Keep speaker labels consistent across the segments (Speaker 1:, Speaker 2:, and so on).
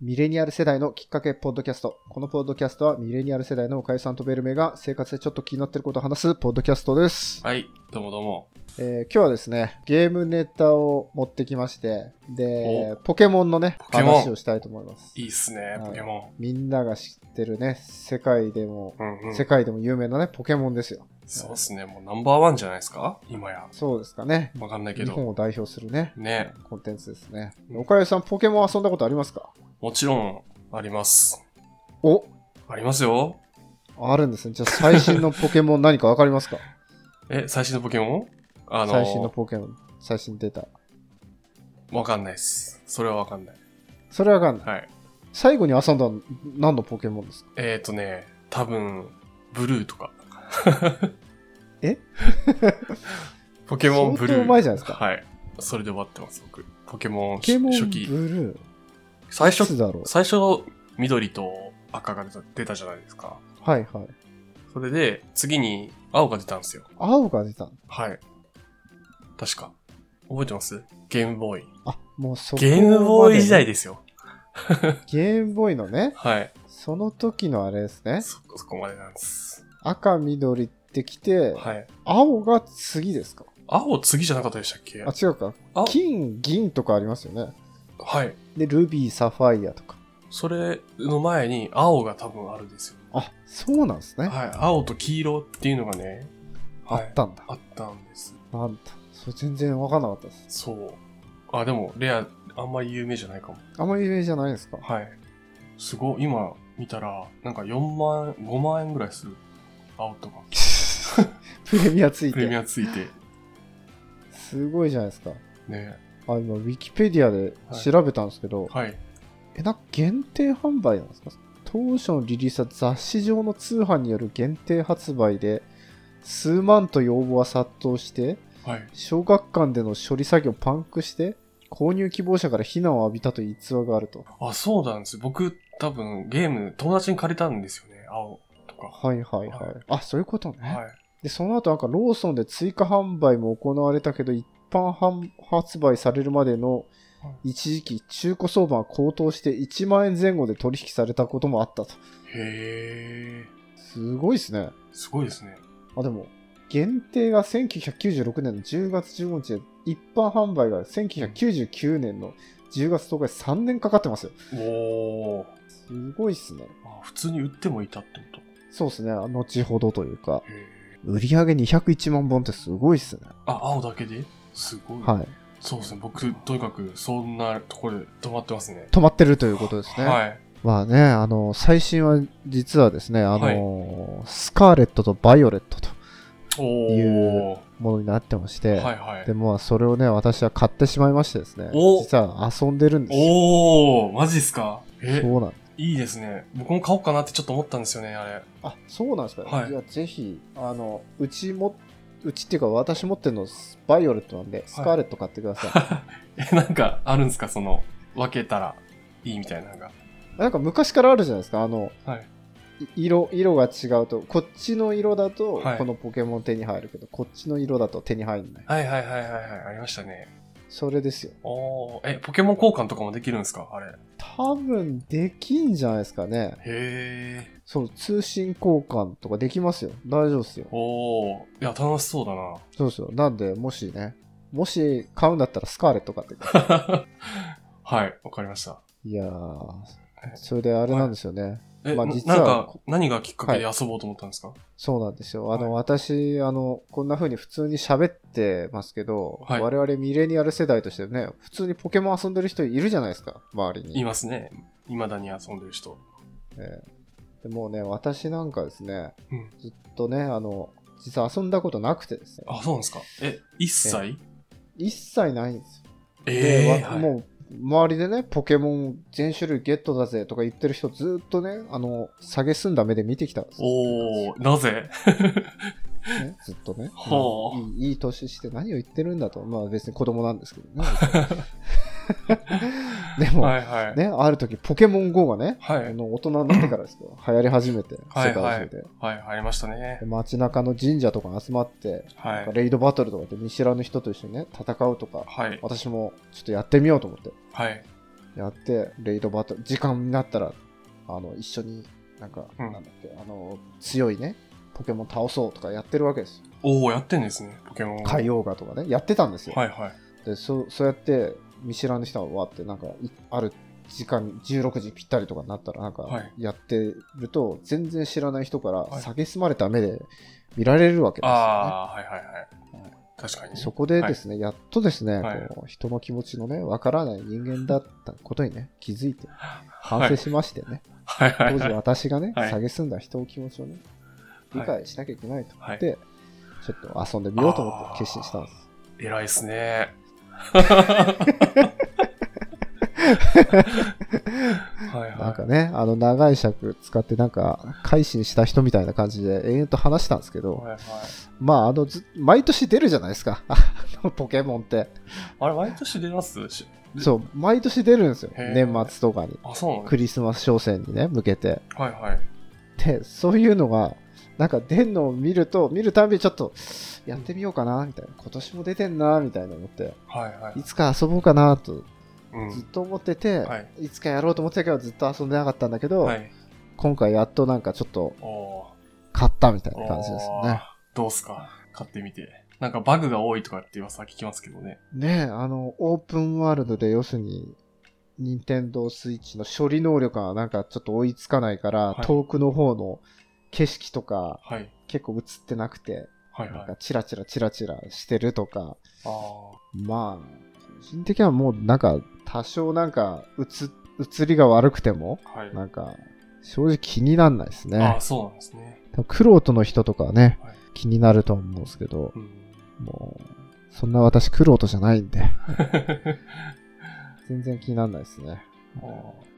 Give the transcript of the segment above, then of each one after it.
Speaker 1: ミレニアル世代のきっかけポッドキャスト。このポッドキャストはミレニアル世代のおかゆさんとベルメが生活でちょっと気になってることを話すポッドキャストです。
Speaker 2: はい、どうもどうも。
Speaker 1: えー今日はですね、ゲームネタを持ってきまして、で、ポケモンのね、
Speaker 2: ケモン
Speaker 1: 話をしたいと思います。
Speaker 2: いいっすね
Speaker 1: は、い
Speaker 2: ポケモ
Speaker 1: みんなが知ってるね、世界でも、
Speaker 2: ン。うんうん。
Speaker 1: 世界でも有名なね、ポケモンですよ。
Speaker 2: そうっすね、もうナンバーワンじゃないですか今や。
Speaker 1: そうですかね。
Speaker 2: わかんないけ
Speaker 1: 日本
Speaker 2: ど。
Speaker 1: を代表するね、
Speaker 2: ね、
Speaker 1: コンテンツですね。
Speaker 2: うん
Speaker 1: おかゆさん、ポケモン遊んだことありますか
Speaker 2: もちろん、あります。
Speaker 1: お
Speaker 2: ありますよ。
Speaker 1: あるんですね。じゃあ最新のポケモン何かわかりますか
Speaker 2: え、最新のポケモンあ
Speaker 1: 最新の
Speaker 2: の、
Speaker 1: ポケモン、最新データ。
Speaker 2: わかんないっす。それはわかんない。
Speaker 1: それはわかんない。
Speaker 2: はい。
Speaker 1: 最後に遊んだの何のポケモンですか
Speaker 2: えーとね、多分、ブルーとか。
Speaker 1: え
Speaker 2: ポケモンブルー。
Speaker 1: 相当前じゃないですか
Speaker 2: はい。それで終わってます、僕。ポケモン
Speaker 1: ポケモンブ
Speaker 2: 初期。
Speaker 1: ルー。
Speaker 2: 最
Speaker 1: いつ
Speaker 2: 初、
Speaker 1: だろう
Speaker 2: 最初、緑と赤が出た出たじゃないですか。
Speaker 1: はいはい。
Speaker 2: それで、次に青が出たんですよ。
Speaker 1: 青が出たの
Speaker 2: はい。確か。覚えてますゲームボーイ。
Speaker 1: あ、もうそこま
Speaker 2: ゲ
Speaker 1: でね
Speaker 2: ームボーイ時代ですよ。
Speaker 1: ゲームボーイのね、
Speaker 2: はい。
Speaker 1: その時のあれですね。
Speaker 2: そ、そこまでなんです。
Speaker 1: 赤、緑ってきて、
Speaker 2: はい。
Speaker 1: 青が次ですか
Speaker 2: 青次じゃなかったでしたっけ
Speaker 1: あ、違うか。
Speaker 2: あ
Speaker 1: 金、銀とかありますよね。
Speaker 2: はい。
Speaker 1: で、ルビー、サファイアとか。
Speaker 2: それの前に青が多分あるんですよ。
Speaker 1: あ、そうなんですね。
Speaker 2: はい。青と黄色っていうのがね、は
Speaker 1: あ
Speaker 2: い。
Speaker 1: ったんだ。
Speaker 2: あったんです。
Speaker 1: なんだ。それ全然わかんなかったです。
Speaker 2: そう。あ、でも、レア、あんまり有名じゃないかも。
Speaker 1: あんまり有名じゃない ですか。
Speaker 2: はい。すごい、今見たら、なんか4万、5万円ぐらいする。青とか。
Speaker 1: プレミアつい
Speaker 2: プレミ
Speaker 1: て。
Speaker 2: アついて。
Speaker 1: すごいじゃないですか。
Speaker 2: ね。
Speaker 1: あ、今、ウィキペディアで調べたんですけど、
Speaker 2: はい。
Speaker 1: え、なんか限定販売なんですか当初のリリースは雑誌上の通販による限定発売で、数万と要望は殺到して、
Speaker 2: はい。
Speaker 1: 小学館での処理作業パンクして、購入希望者から非難を浴びたという逸話があると。
Speaker 2: あ、そうなんですよ。僕、多分、ゲーム、友達に借りたんですよね。青とか。
Speaker 1: はいはいは
Speaker 2: はいい。
Speaker 1: あ、そういうことね。
Speaker 2: はい。
Speaker 1: で、その後なんかローソンで追加販売も行われたけど、一般販発売されるまでの
Speaker 2: は
Speaker 1: 一時期、中古相場は高騰して1万円前後で取引されたこともあったと。
Speaker 2: へー。
Speaker 1: すごいですね。
Speaker 2: すごいですね。
Speaker 1: あ、でも、限定が1996年の10月15日で、一般販売が1999年の10月10日で3年かかってますよ。
Speaker 2: おー。
Speaker 1: すごいっすね。
Speaker 2: あ、普通に売ってもいたってこ
Speaker 1: そうですね。後ほどというか、
Speaker 2: と。へー。
Speaker 1: 売り上げ201万本ってすごいっすね。
Speaker 2: あ、青だけですごい。
Speaker 1: はい。
Speaker 2: そうですね。僕、とにかく、そんなところで止まってますね。
Speaker 1: 止まってるということですね。
Speaker 2: はい。
Speaker 1: まあね、あの、最新は実はですね、あの、スカーレットとバイオレットと
Speaker 2: お
Speaker 1: いう
Speaker 2: ー。
Speaker 1: ものになってまして、
Speaker 2: はいはい
Speaker 1: で。もそれをね、私は買ってしまいましてですね、
Speaker 2: お
Speaker 1: 実は遊んでるんですよ。
Speaker 2: おー、マジっすかえ、
Speaker 1: そうなん
Speaker 2: いいですね。僕も買おうかなってちょっと思ったんですよね、あれ。
Speaker 1: あ、そうなんですか、
Speaker 2: はい
Speaker 1: いや、ぜひ、あの、うちも、うちっていうか私持ってるのバイオレットなんで、スカーレット買ってください。
Speaker 2: え、なんか、あるんですかその、分けたらいいみたいなのが。
Speaker 1: なんか昔からあるじゃないですか、あの、
Speaker 2: はい
Speaker 1: い色、色が違うと、こっちの色だと
Speaker 2: はい
Speaker 1: このポケモン手に入るけど、こっちの色だと手に入んない。
Speaker 2: はいはいはいはいはい、ありましたね。
Speaker 1: それですよ。
Speaker 2: おー、え、ポケモン交換とかもできるんですかあれ。へ
Speaker 1: 多分できんじゃないですかね。
Speaker 2: え。
Speaker 1: そう、通信交換とかできますよ。大丈夫ですよ。
Speaker 2: おー、いや、楽しそうだな。
Speaker 1: そうですよ。なんで、もしね、もし買うんだったらスカーレット買ってくださ
Speaker 2: はい、わかりました。
Speaker 1: い。いやー、それであれなんですよね。
Speaker 2: え、
Speaker 1: まあ
Speaker 2: な
Speaker 1: 実は
Speaker 2: なんか、何がきっかけで遊ぼうと思ったんですか
Speaker 1: そうなんですよ。あの、
Speaker 2: は
Speaker 1: 私、あの、こんな風に普通に喋ってますけど、
Speaker 2: はい
Speaker 1: 我々ミレニアル世代としてね、普通にポケモン遊んでる人いるじゃないですか、周りに。
Speaker 2: いますね。未だに遊んでる人。
Speaker 1: ええでもうね、私なんかですね、
Speaker 2: うん
Speaker 1: ずっとね、あの、実は遊んだことなくてですね、
Speaker 2: あ、そうなんですかえ、1歳
Speaker 1: 一切ないんですよ
Speaker 2: え
Speaker 1: で
Speaker 2: え
Speaker 1: わ
Speaker 2: はい
Speaker 1: もう周りでね、ポケモン全種類ゲットだぜとか言ってる人、ずっとね、あの、下げすんだ目で見てきたんですよ
Speaker 2: おー、なぜ
Speaker 1: ね、ずっとね。
Speaker 2: ほう
Speaker 1: うんいいいい年して何を言ってるんだと。まあ別に子供なんですけど ね。でも、
Speaker 2: はいはい。
Speaker 1: ね、ある時ポケモン GO がね、
Speaker 2: は
Speaker 1: あ
Speaker 2: い。
Speaker 1: の大人になってからですよ。流行り始めて、世
Speaker 2: はい
Speaker 1: 界中で。
Speaker 2: はいはい、ありましたね
Speaker 1: で。街中の神社とかに集まって、
Speaker 2: は
Speaker 1: ないんか。レイドバトルとかで見知らぬ人と一緒にね、戦うとか、
Speaker 2: はい。
Speaker 1: 私もちょっとやってみようと思って。
Speaker 2: はい。
Speaker 1: でやって、レイドバトル、時間になったら、あの、一緒に、なんか、
Speaker 2: うん
Speaker 1: なんだっけ、あの、強いね、ポケモン倒そうとかやってるわけですよ。
Speaker 2: おお、やってんですね、ポケモン。
Speaker 1: 海洋画とかね、やってたんですよ。
Speaker 2: はいはい。
Speaker 1: でそうそうやって見知らぬ人がわーってなんかいある時間に16時ぴったりとかになったらなん
Speaker 2: は
Speaker 1: か
Speaker 2: い
Speaker 1: やってると、全然知らない人から
Speaker 2: はい
Speaker 1: 蔑まれた目で見られるわけですよね。
Speaker 2: ああ、はいはいはい。確かにね。
Speaker 1: そこでですね、やっとですね、
Speaker 2: はい
Speaker 1: こう人の気持ちのね、わからない人間だったことにね、気づいて、反
Speaker 2: は
Speaker 1: 省
Speaker 2: い
Speaker 1: しましてね、
Speaker 2: はいはい
Speaker 1: 当時
Speaker 2: は
Speaker 1: 私がね、
Speaker 2: はい
Speaker 1: 蔑んだ人の気持ちをね、
Speaker 2: い。
Speaker 1: 理
Speaker 2: はい
Speaker 1: 解しなきゃいけないと思
Speaker 2: は
Speaker 1: っ
Speaker 2: い
Speaker 1: て、ちょっと遊んでみようと思って決心したんです。
Speaker 2: 偉いっすね。はい
Speaker 1: なん
Speaker 2: は
Speaker 1: かね、あの長い尺使ってなんか、改心した人みたいな感じで延々と話したんですけ
Speaker 2: い。
Speaker 1: ど、
Speaker 2: はいはい、
Speaker 1: まあ、あの、ず毎年出るじゃないですか、 あのポケモンって。
Speaker 2: あれ、毎年出ますし
Speaker 1: そう、毎年出るんですよ、
Speaker 2: へー
Speaker 1: 年末とかに。
Speaker 2: あ、そうなんで
Speaker 1: クリスマス商戦にね、向けて。
Speaker 2: すはいはい。
Speaker 1: で、そういうのが、なんか出んのを見ると、見るたびにちょっと、やってみようかな、みたいな。今年も出てんな、みたいな思って、
Speaker 2: はいはい
Speaker 1: い。つか遊ぼうかな、と
Speaker 2: うん
Speaker 1: ずっと思ってて、、
Speaker 2: はい
Speaker 1: つかやろうと思ってたけど、ずっと遊んでなかったんだけど、
Speaker 2: はい。
Speaker 1: 今回やっとなんかちょっと
Speaker 2: おお
Speaker 1: 買ったみたい
Speaker 2: ー
Speaker 1: な感じですよね。
Speaker 2: どうっすか買ってみて。なんかバグが多いとかって噂聞きますけどね。
Speaker 1: ねえ、あの、オープンワールドで要するに、任天堂スイッチの処理能力がなんかちょっと追いつかないから、
Speaker 2: はい
Speaker 1: 遠くの方の景色とか
Speaker 2: はい。
Speaker 1: 結構映ってなくて、
Speaker 2: はい
Speaker 1: なん
Speaker 2: はい。
Speaker 1: かチラチラチラチラしてるとか、
Speaker 2: ああ。
Speaker 1: まあ、個人的にはもうなんか多少なんか映映りが悪くても、
Speaker 2: はい。
Speaker 1: なんか正直気にならないです
Speaker 2: あ
Speaker 1: ね
Speaker 2: あ、。そうなんですね。
Speaker 1: 多分クロートの人とかはね、
Speaker 2: はい
Speaker 1: 気になると思うんですけど、
Speaker 2: うん。
Speaker 1: もう、そんな私、苦労とじゃないんで、全然気にならないですね。
Speaker 2: あ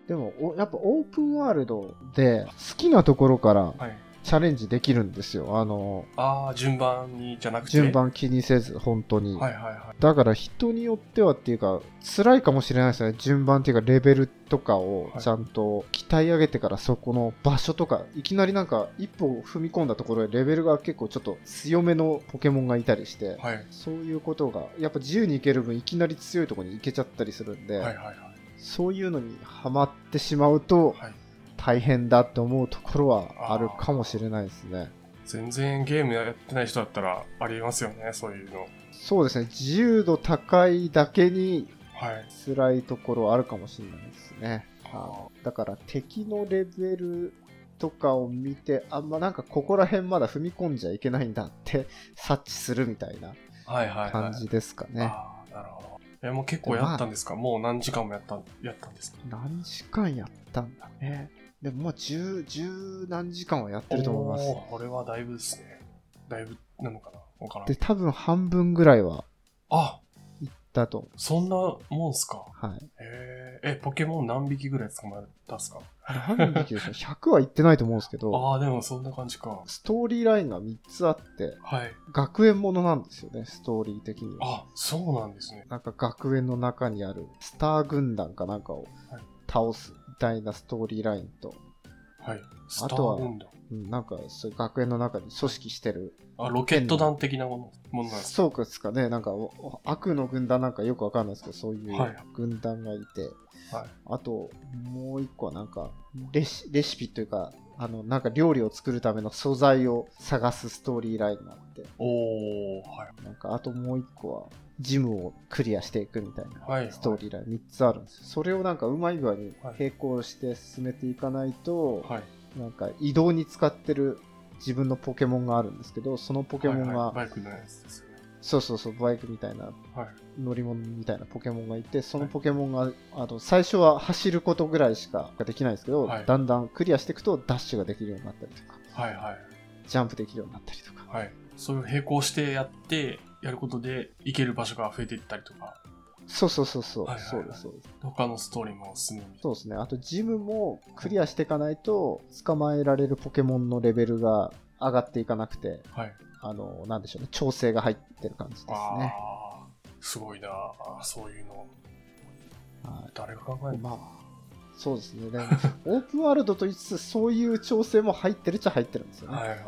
Speaker 2: ー
Speaker 1: でも、おやっぱオープンワールドで、好きなところから
Speaker 2: はい、
Speaker 1: チャレンジできるんですよ。あの、
Speaker 2: あー順番にじゃなくて
Speaker 1: 順番気にせず、本当に。
Speaker 2: はいはいはい
Speaker 1: だから、人によってはっていうか、辛いかもしれないですね。順番っていうか、レベルとかを
Speaker 2: はい
Speaker 1: ちゃんと鍛え上げてから、そこの場所とか、いきなりなんか、一歩踏み込んだところで、レベルが結構ちょっと強めのポケモンがいたりして、
Speaker 2: はい
Speaker 1: そういうことが、やっぱ自由に行ける分、いきなり強いところに行けちゃったりするんで、
Speaker 2: はいはいはい
Speaker 1: そういうのにはまってしまうと、
Speaker 2: はい
Speaker 1: 大変だと思うところはあるかもしれないですね。
Speaker 2: 全然ゲームやってない人だったらありえますよねそういうの
Speaker 1: そうですね、自由度高いだけに
Speaker 2: はい
Speaker 1: 辛いところあるかもしれないですね。
Speaker 2: あ
Speaker 1: だから敵のレベルとかを見て、あんまなんかここら辺まだ踏み込んじゃいけないんだって 察知するみたいな
Speaker 2: ーはいはいはい
Speaker 1: 感じですかね。
Speaker 2: あーなるほどえもう結構やったんですか、もう何時間もやったやったんですか
Speaker 1: 何時間やったんだね。でももう十、十何時間はやってると思います。
Speaker 2: おーこれはだいぶですねだいぶなのかなわからん
Speaker 1: で、多分半分ぐらいは
Speaker 2: あ
Speaker 1: いったと思う。
Speaker 2: そんなもんすか
Speaker 1: はい。
Speaker 2: えー、えポケモン何匹ぐらい捕まえたっすか
Speaker 1: 何匹 でしょう ?100 はいってないと思うんですけど、
Speaker 2: ああでもそんな感じか
Speaker 1: ストーリーラインが3つあって、
Speaker 2: はい
Speaker 1: 学園ものなんですよね、ストーリー的には。
Speaker 2: あそうなんですね
Speaker 1: なんか学園の中にあるスター軍団かなんかを
Speaker 2: はい
Speaker 1: 倒すみたいなストーリーラインと、
Speaker 2: はいスタ
Speaker 1: あとは
Speaker 2: ー軍団
Speaker 1: うん、なんかそういう学園の中に組織してる、
Speaker 2: あ、ロケット弾的なものものなんです
Speaker 1: そうかですかね、なんかおお悪の軍団なんかよくわかんないですけど、そうい
Speaker 2: はいう
Speaker 1: 軍団がいて、
Speaker 2: かはい。
Speaker 1: あと、もう一個はなんかレシ、レシピというか、あの、なんか料理を作るための素材を探すストーリーラインがあって、
Speaker 2: おー、はい。
Speaker 1: なんか、あともう一個は、ジムをクリアしていくみたい
Speaker 2: はいはい
Speaker 1: なストーリーライン3つあるんですよ。それをなんかうまい具合に並行して進めていかないと、
Speaker 2: はい。
Speaker 1: なんか移動に使ってる自分のポケモンがあるんですけど、そのポケモン
Speaker 2: はいはい
Speaker 1: が、
Speaker 2: バイクのやつですよね。
Speaker 1: そうそうそう、バイクみたいな
Speaker 2: はい。
Speaker 1: 乗り物みたいなポケモンがいてそのポケモンがあの最初は走ることぐらいしかできないんですけど、
Speaker 2: はい
Speaker 1: だんだんクリアしていくとダッシュができるようになったりとか
Speaker 2: はいは
Speaker 1: ジャンプできるようになったりとか
Speaker 2: い。はい。それを並行してやって、やることで行ける場所が増えていったりとか、
Speaker 1: そうそうそうそう、
Speaker 2: はいはいはい
Speaker 1: そうですそうです
Speaker 2: 他のストーリーも進むみたい
Speaker 1: そうですねあとジムもクリアしていかないと捕まえられるポケモンのレベルが上がっていかなくて
Speaker 2: な。はい。
Speaker 1: あのなんでしょうね調整が入ってる感じですね
Speaker 2: あー、すごいなあーそういうの。
Speaker 1: は
Speaker 2: 誰が考え
Speaker 1: い
Speaker 2: るの
Speaker 1: まあそうですねでもオープンワールドと言いつつそういう調整も入ってるっちゃ入ってるんですよね
Speaker 2: はいはいはい。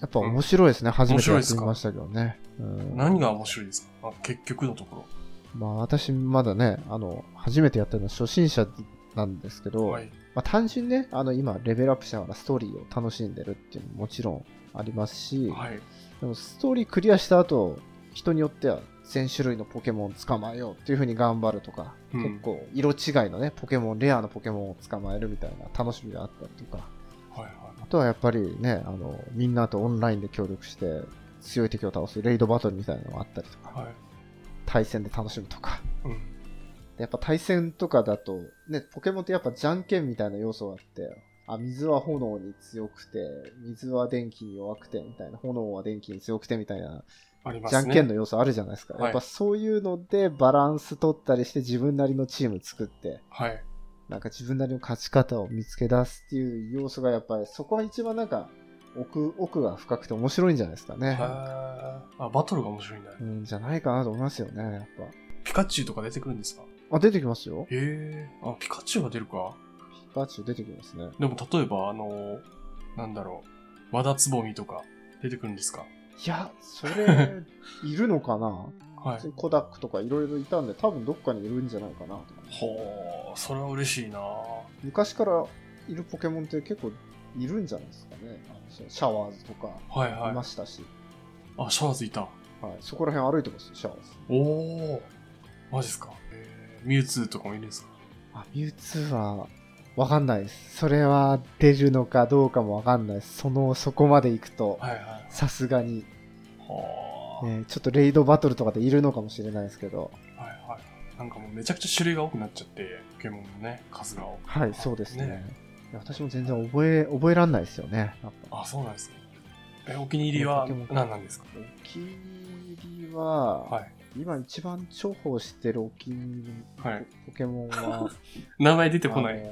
Speaker 1: やっぱ面白いですね。初め
Speaker 2: 面
Speaker 1: て
Speaker 2: 白い
Speaker 1: やっ
Speaker 2: で
Speaker 1: て
Speaker 2: す
Speaker 1: み
Speaker 2: か
Speaker 1: ましたけどね。うん
Speaker 2: 何が面白いですかあ結局のところ。
Speaker 1: まあ私まだね、あの、初めてやったのは初心者なんですけど、
Speaker 2: はい。
Speaker 1: まあ単純にね、あの今レベルアップしながらストーリーを楽しんでるっていうのももちろんありますし、
Speaker 2: はい。
Speaker 1: でもストーリークリアした後、人によっては1000種類のポケモン捕まえようっていう風に頑張るとか、
Speaker 2: うん
Speaker 1: 結構色違いのね、ポケモン、レアのポケモンを捕まえるみたいな楽しみがあったりとか、
Speaker 2: はい。はい。
Speaker 1: あとはやっぱりね、あの、みんなとオンラインで協力して強い敵を倒すレイドバトルみたいなのがあったりとか、
Speaker 2: はい。
Speaker 1: 対戦で楽しむとか、
Speaker 2: うん。
Speaker 1: やっぱ対戦とかだと、ね、ポケモンってやっぱじゃんけんみたいな要素があって、あ、水は炎に強くて、水は電気に弱くてみたいな、炎は電気に強くてみたいな、
Speaker 2: ありま
Speaker 1: じゃ
Speaker 2: す
Speaker 1: ん
Speaker 2: ね。
Speaker 1: けんの要素あるじゃないですか。
Speaker 2: はい
Speaker 1: やっぱそういうのでバランス取ったりして自分なりのチーム作って、
Speaker 2: はい。
Speaker 1: なんか自分なりの勝ち方を見つけ出すっていう要素がやっぱりそこは一番なんか奥、奥が深くて面白いんじゃないですかね。
Speaker 2: あーあ、バトルが面白いんだね。
Speaker 1: うん、じゃないかなと思いますよね、やっ
Speaker 2: ピカチュウとか出てくるんですか
Speaker 1: ぱ。あ、出てきますよ。
Speaker 2: へえ。あ、ピカチュウが出るか。
Speaker 1: ピカチュウ出てきますね。
Speaker 2: でも例えば、あの、なんだろう。和田つぼみとか出てくるんですか
Speaker 1: いや、そ れ、いるのかな
Speaker 2: はい。
Speaker 1: コダックとかいろいろいたんで、多分どっかにいるんじゃないかなと。
Speaker 2: ほー、それは嬉しいな
Speaker 1: 昔からいるポケモンって結構いるんじゃないですかね。あのそうシャワーズとか
Speaker 2: はい
Speaker 1: いま
Speaker 2: はい。
Speaker 1: したし、
Speaker 2: あ、シャワーズいた。
Speaker 1: はいそこら辺歩いてますよ、シャワーズ。
Speaker 2: おー。マジっすか。えーミュウツーとかもいるんですか
Speaker 1: あ、ミュウツーは、わかんないです。それは出るのかどうかもわかんないです。その、そこまで行くと、
Speaker 2: はいはい。
Speaker 1: さすがに、
Speaker 2: はー。
Speaker 1: ねちょっとレイドバトルとかでいるのかもしれないですけど、
Speaker 2: はいはい。なんかもうめちゃくちゃ種類が多くなっちゃって、ポケモンのね、数が多く。
Speaker 1: はい、そうですね。いや私も全然覚え、覚えらんないですよね。やっぱ
Speaker 2: あ、そうなんですか。え、お気に入りは
Speaker 1: ポケモン
Speaker 2: 何なんですか
Speaker 1: お気に入りは、
Speaker 2: はい。
Speaker 1: 今一番重宝してるお気に入りの
Speaker 2: はい
Speaker 1: ポケモン は、
Speaker 2: 名前出てこな
Speaker 1: あ
Speaker 2: い。
Speaker 1: の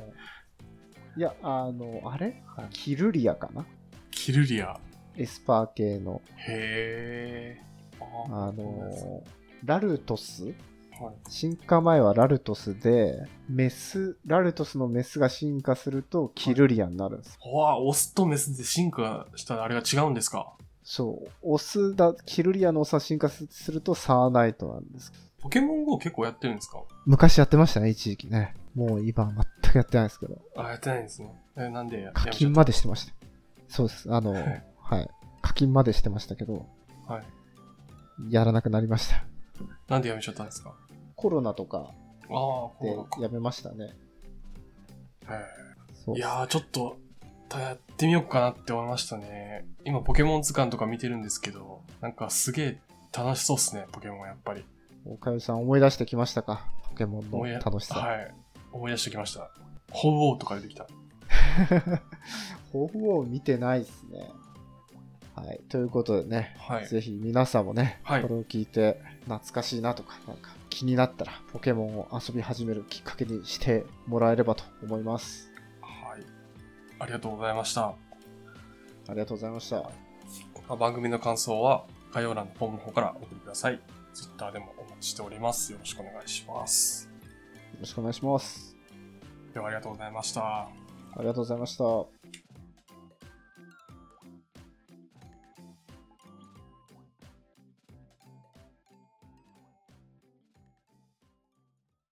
Speaker 1: いや、あの、あれ、
Speaker 2: はい
Speaker 1: キルリアかな
Speaker 2: キルリア。
Speaker 1: エスパー系の、
Speaker 2: へー。
Speaker 1: あ
Speaker 2: そうなんですね
Speaker 1: の、ラルトス
Speaker 2: はい
Speaker 1: 進化前はラルトスで、メス、ラルトスのメスが進化するとキルリアになるんです。
Speaker 2: ほわ、オスとメスで進化したあれが違うんですか
Speaker 1: そう。オスだ、キルリアのオスが進化すするとサーナイトなんです。
Speaker 2: ポケモン GO 結構やってるんですか
Speaker 1: 昔やってましたね、一時期ね。もう今は全くやってないですけど。
Speaker 2: あ、やってないんですね。え、なんでや
Speaker 1: 課
Speaker 2: やめちゃ
Speaker 1: 金
Speaker 2: った
Speaker 1: までしてました。そうです。あの、
Speaker 2: い
Speaker 1: はい。課金までしてましたけど、
Speaker 2: はい。
Speaker 1: やらなくなりました。
Speaker 2: なんでやめちゃったんですか
Speaker 1: コロナとか
Speaker 2: ああ、こ
Speaker 1: で
Speaker 2: う
Speaker 1: やめましたね。
Speaker 2: か。へー
Speaker 1: そう
Speaker 2: いやー、ちょっと、たやってみようかなって思いましたね。今、ポケモン図鑑とか見てるんですけど、なんかすげえ楽しそうっすね、ポケモンやっぱり。
Speaker 1: おかゆさん思い出してきましたかポケモン
Speaker 2: 思い
Speaker 1: の楽しさ。
Speaker 2: はい。思い出してきました。ホウオウとか出てきた。
Speaker 1: ほぼ見てないですね。はい。ということでね、
Speaker 2: はい。
Speaker 1: ぜひ皆さんもね、
Speaker 2: はい
Speaker 1: これを聞いて懐かしいなとか、なんか気になったらポケモンを遊び始めるきっかけにしてもらえればと思います。
Speaker 2: はい。ありがとうございました。
Speaker 1: ありがとうございました。
Speaker 2: まあ番組の感想は概要欄のフォームの方からお送りください。Twitter でもお待ちしております。よろしくお願いします。
Speaker 1: よろしくお願いします。
Speaker 2: ではありがとうございました。
Speaker 1: ありがとうございました。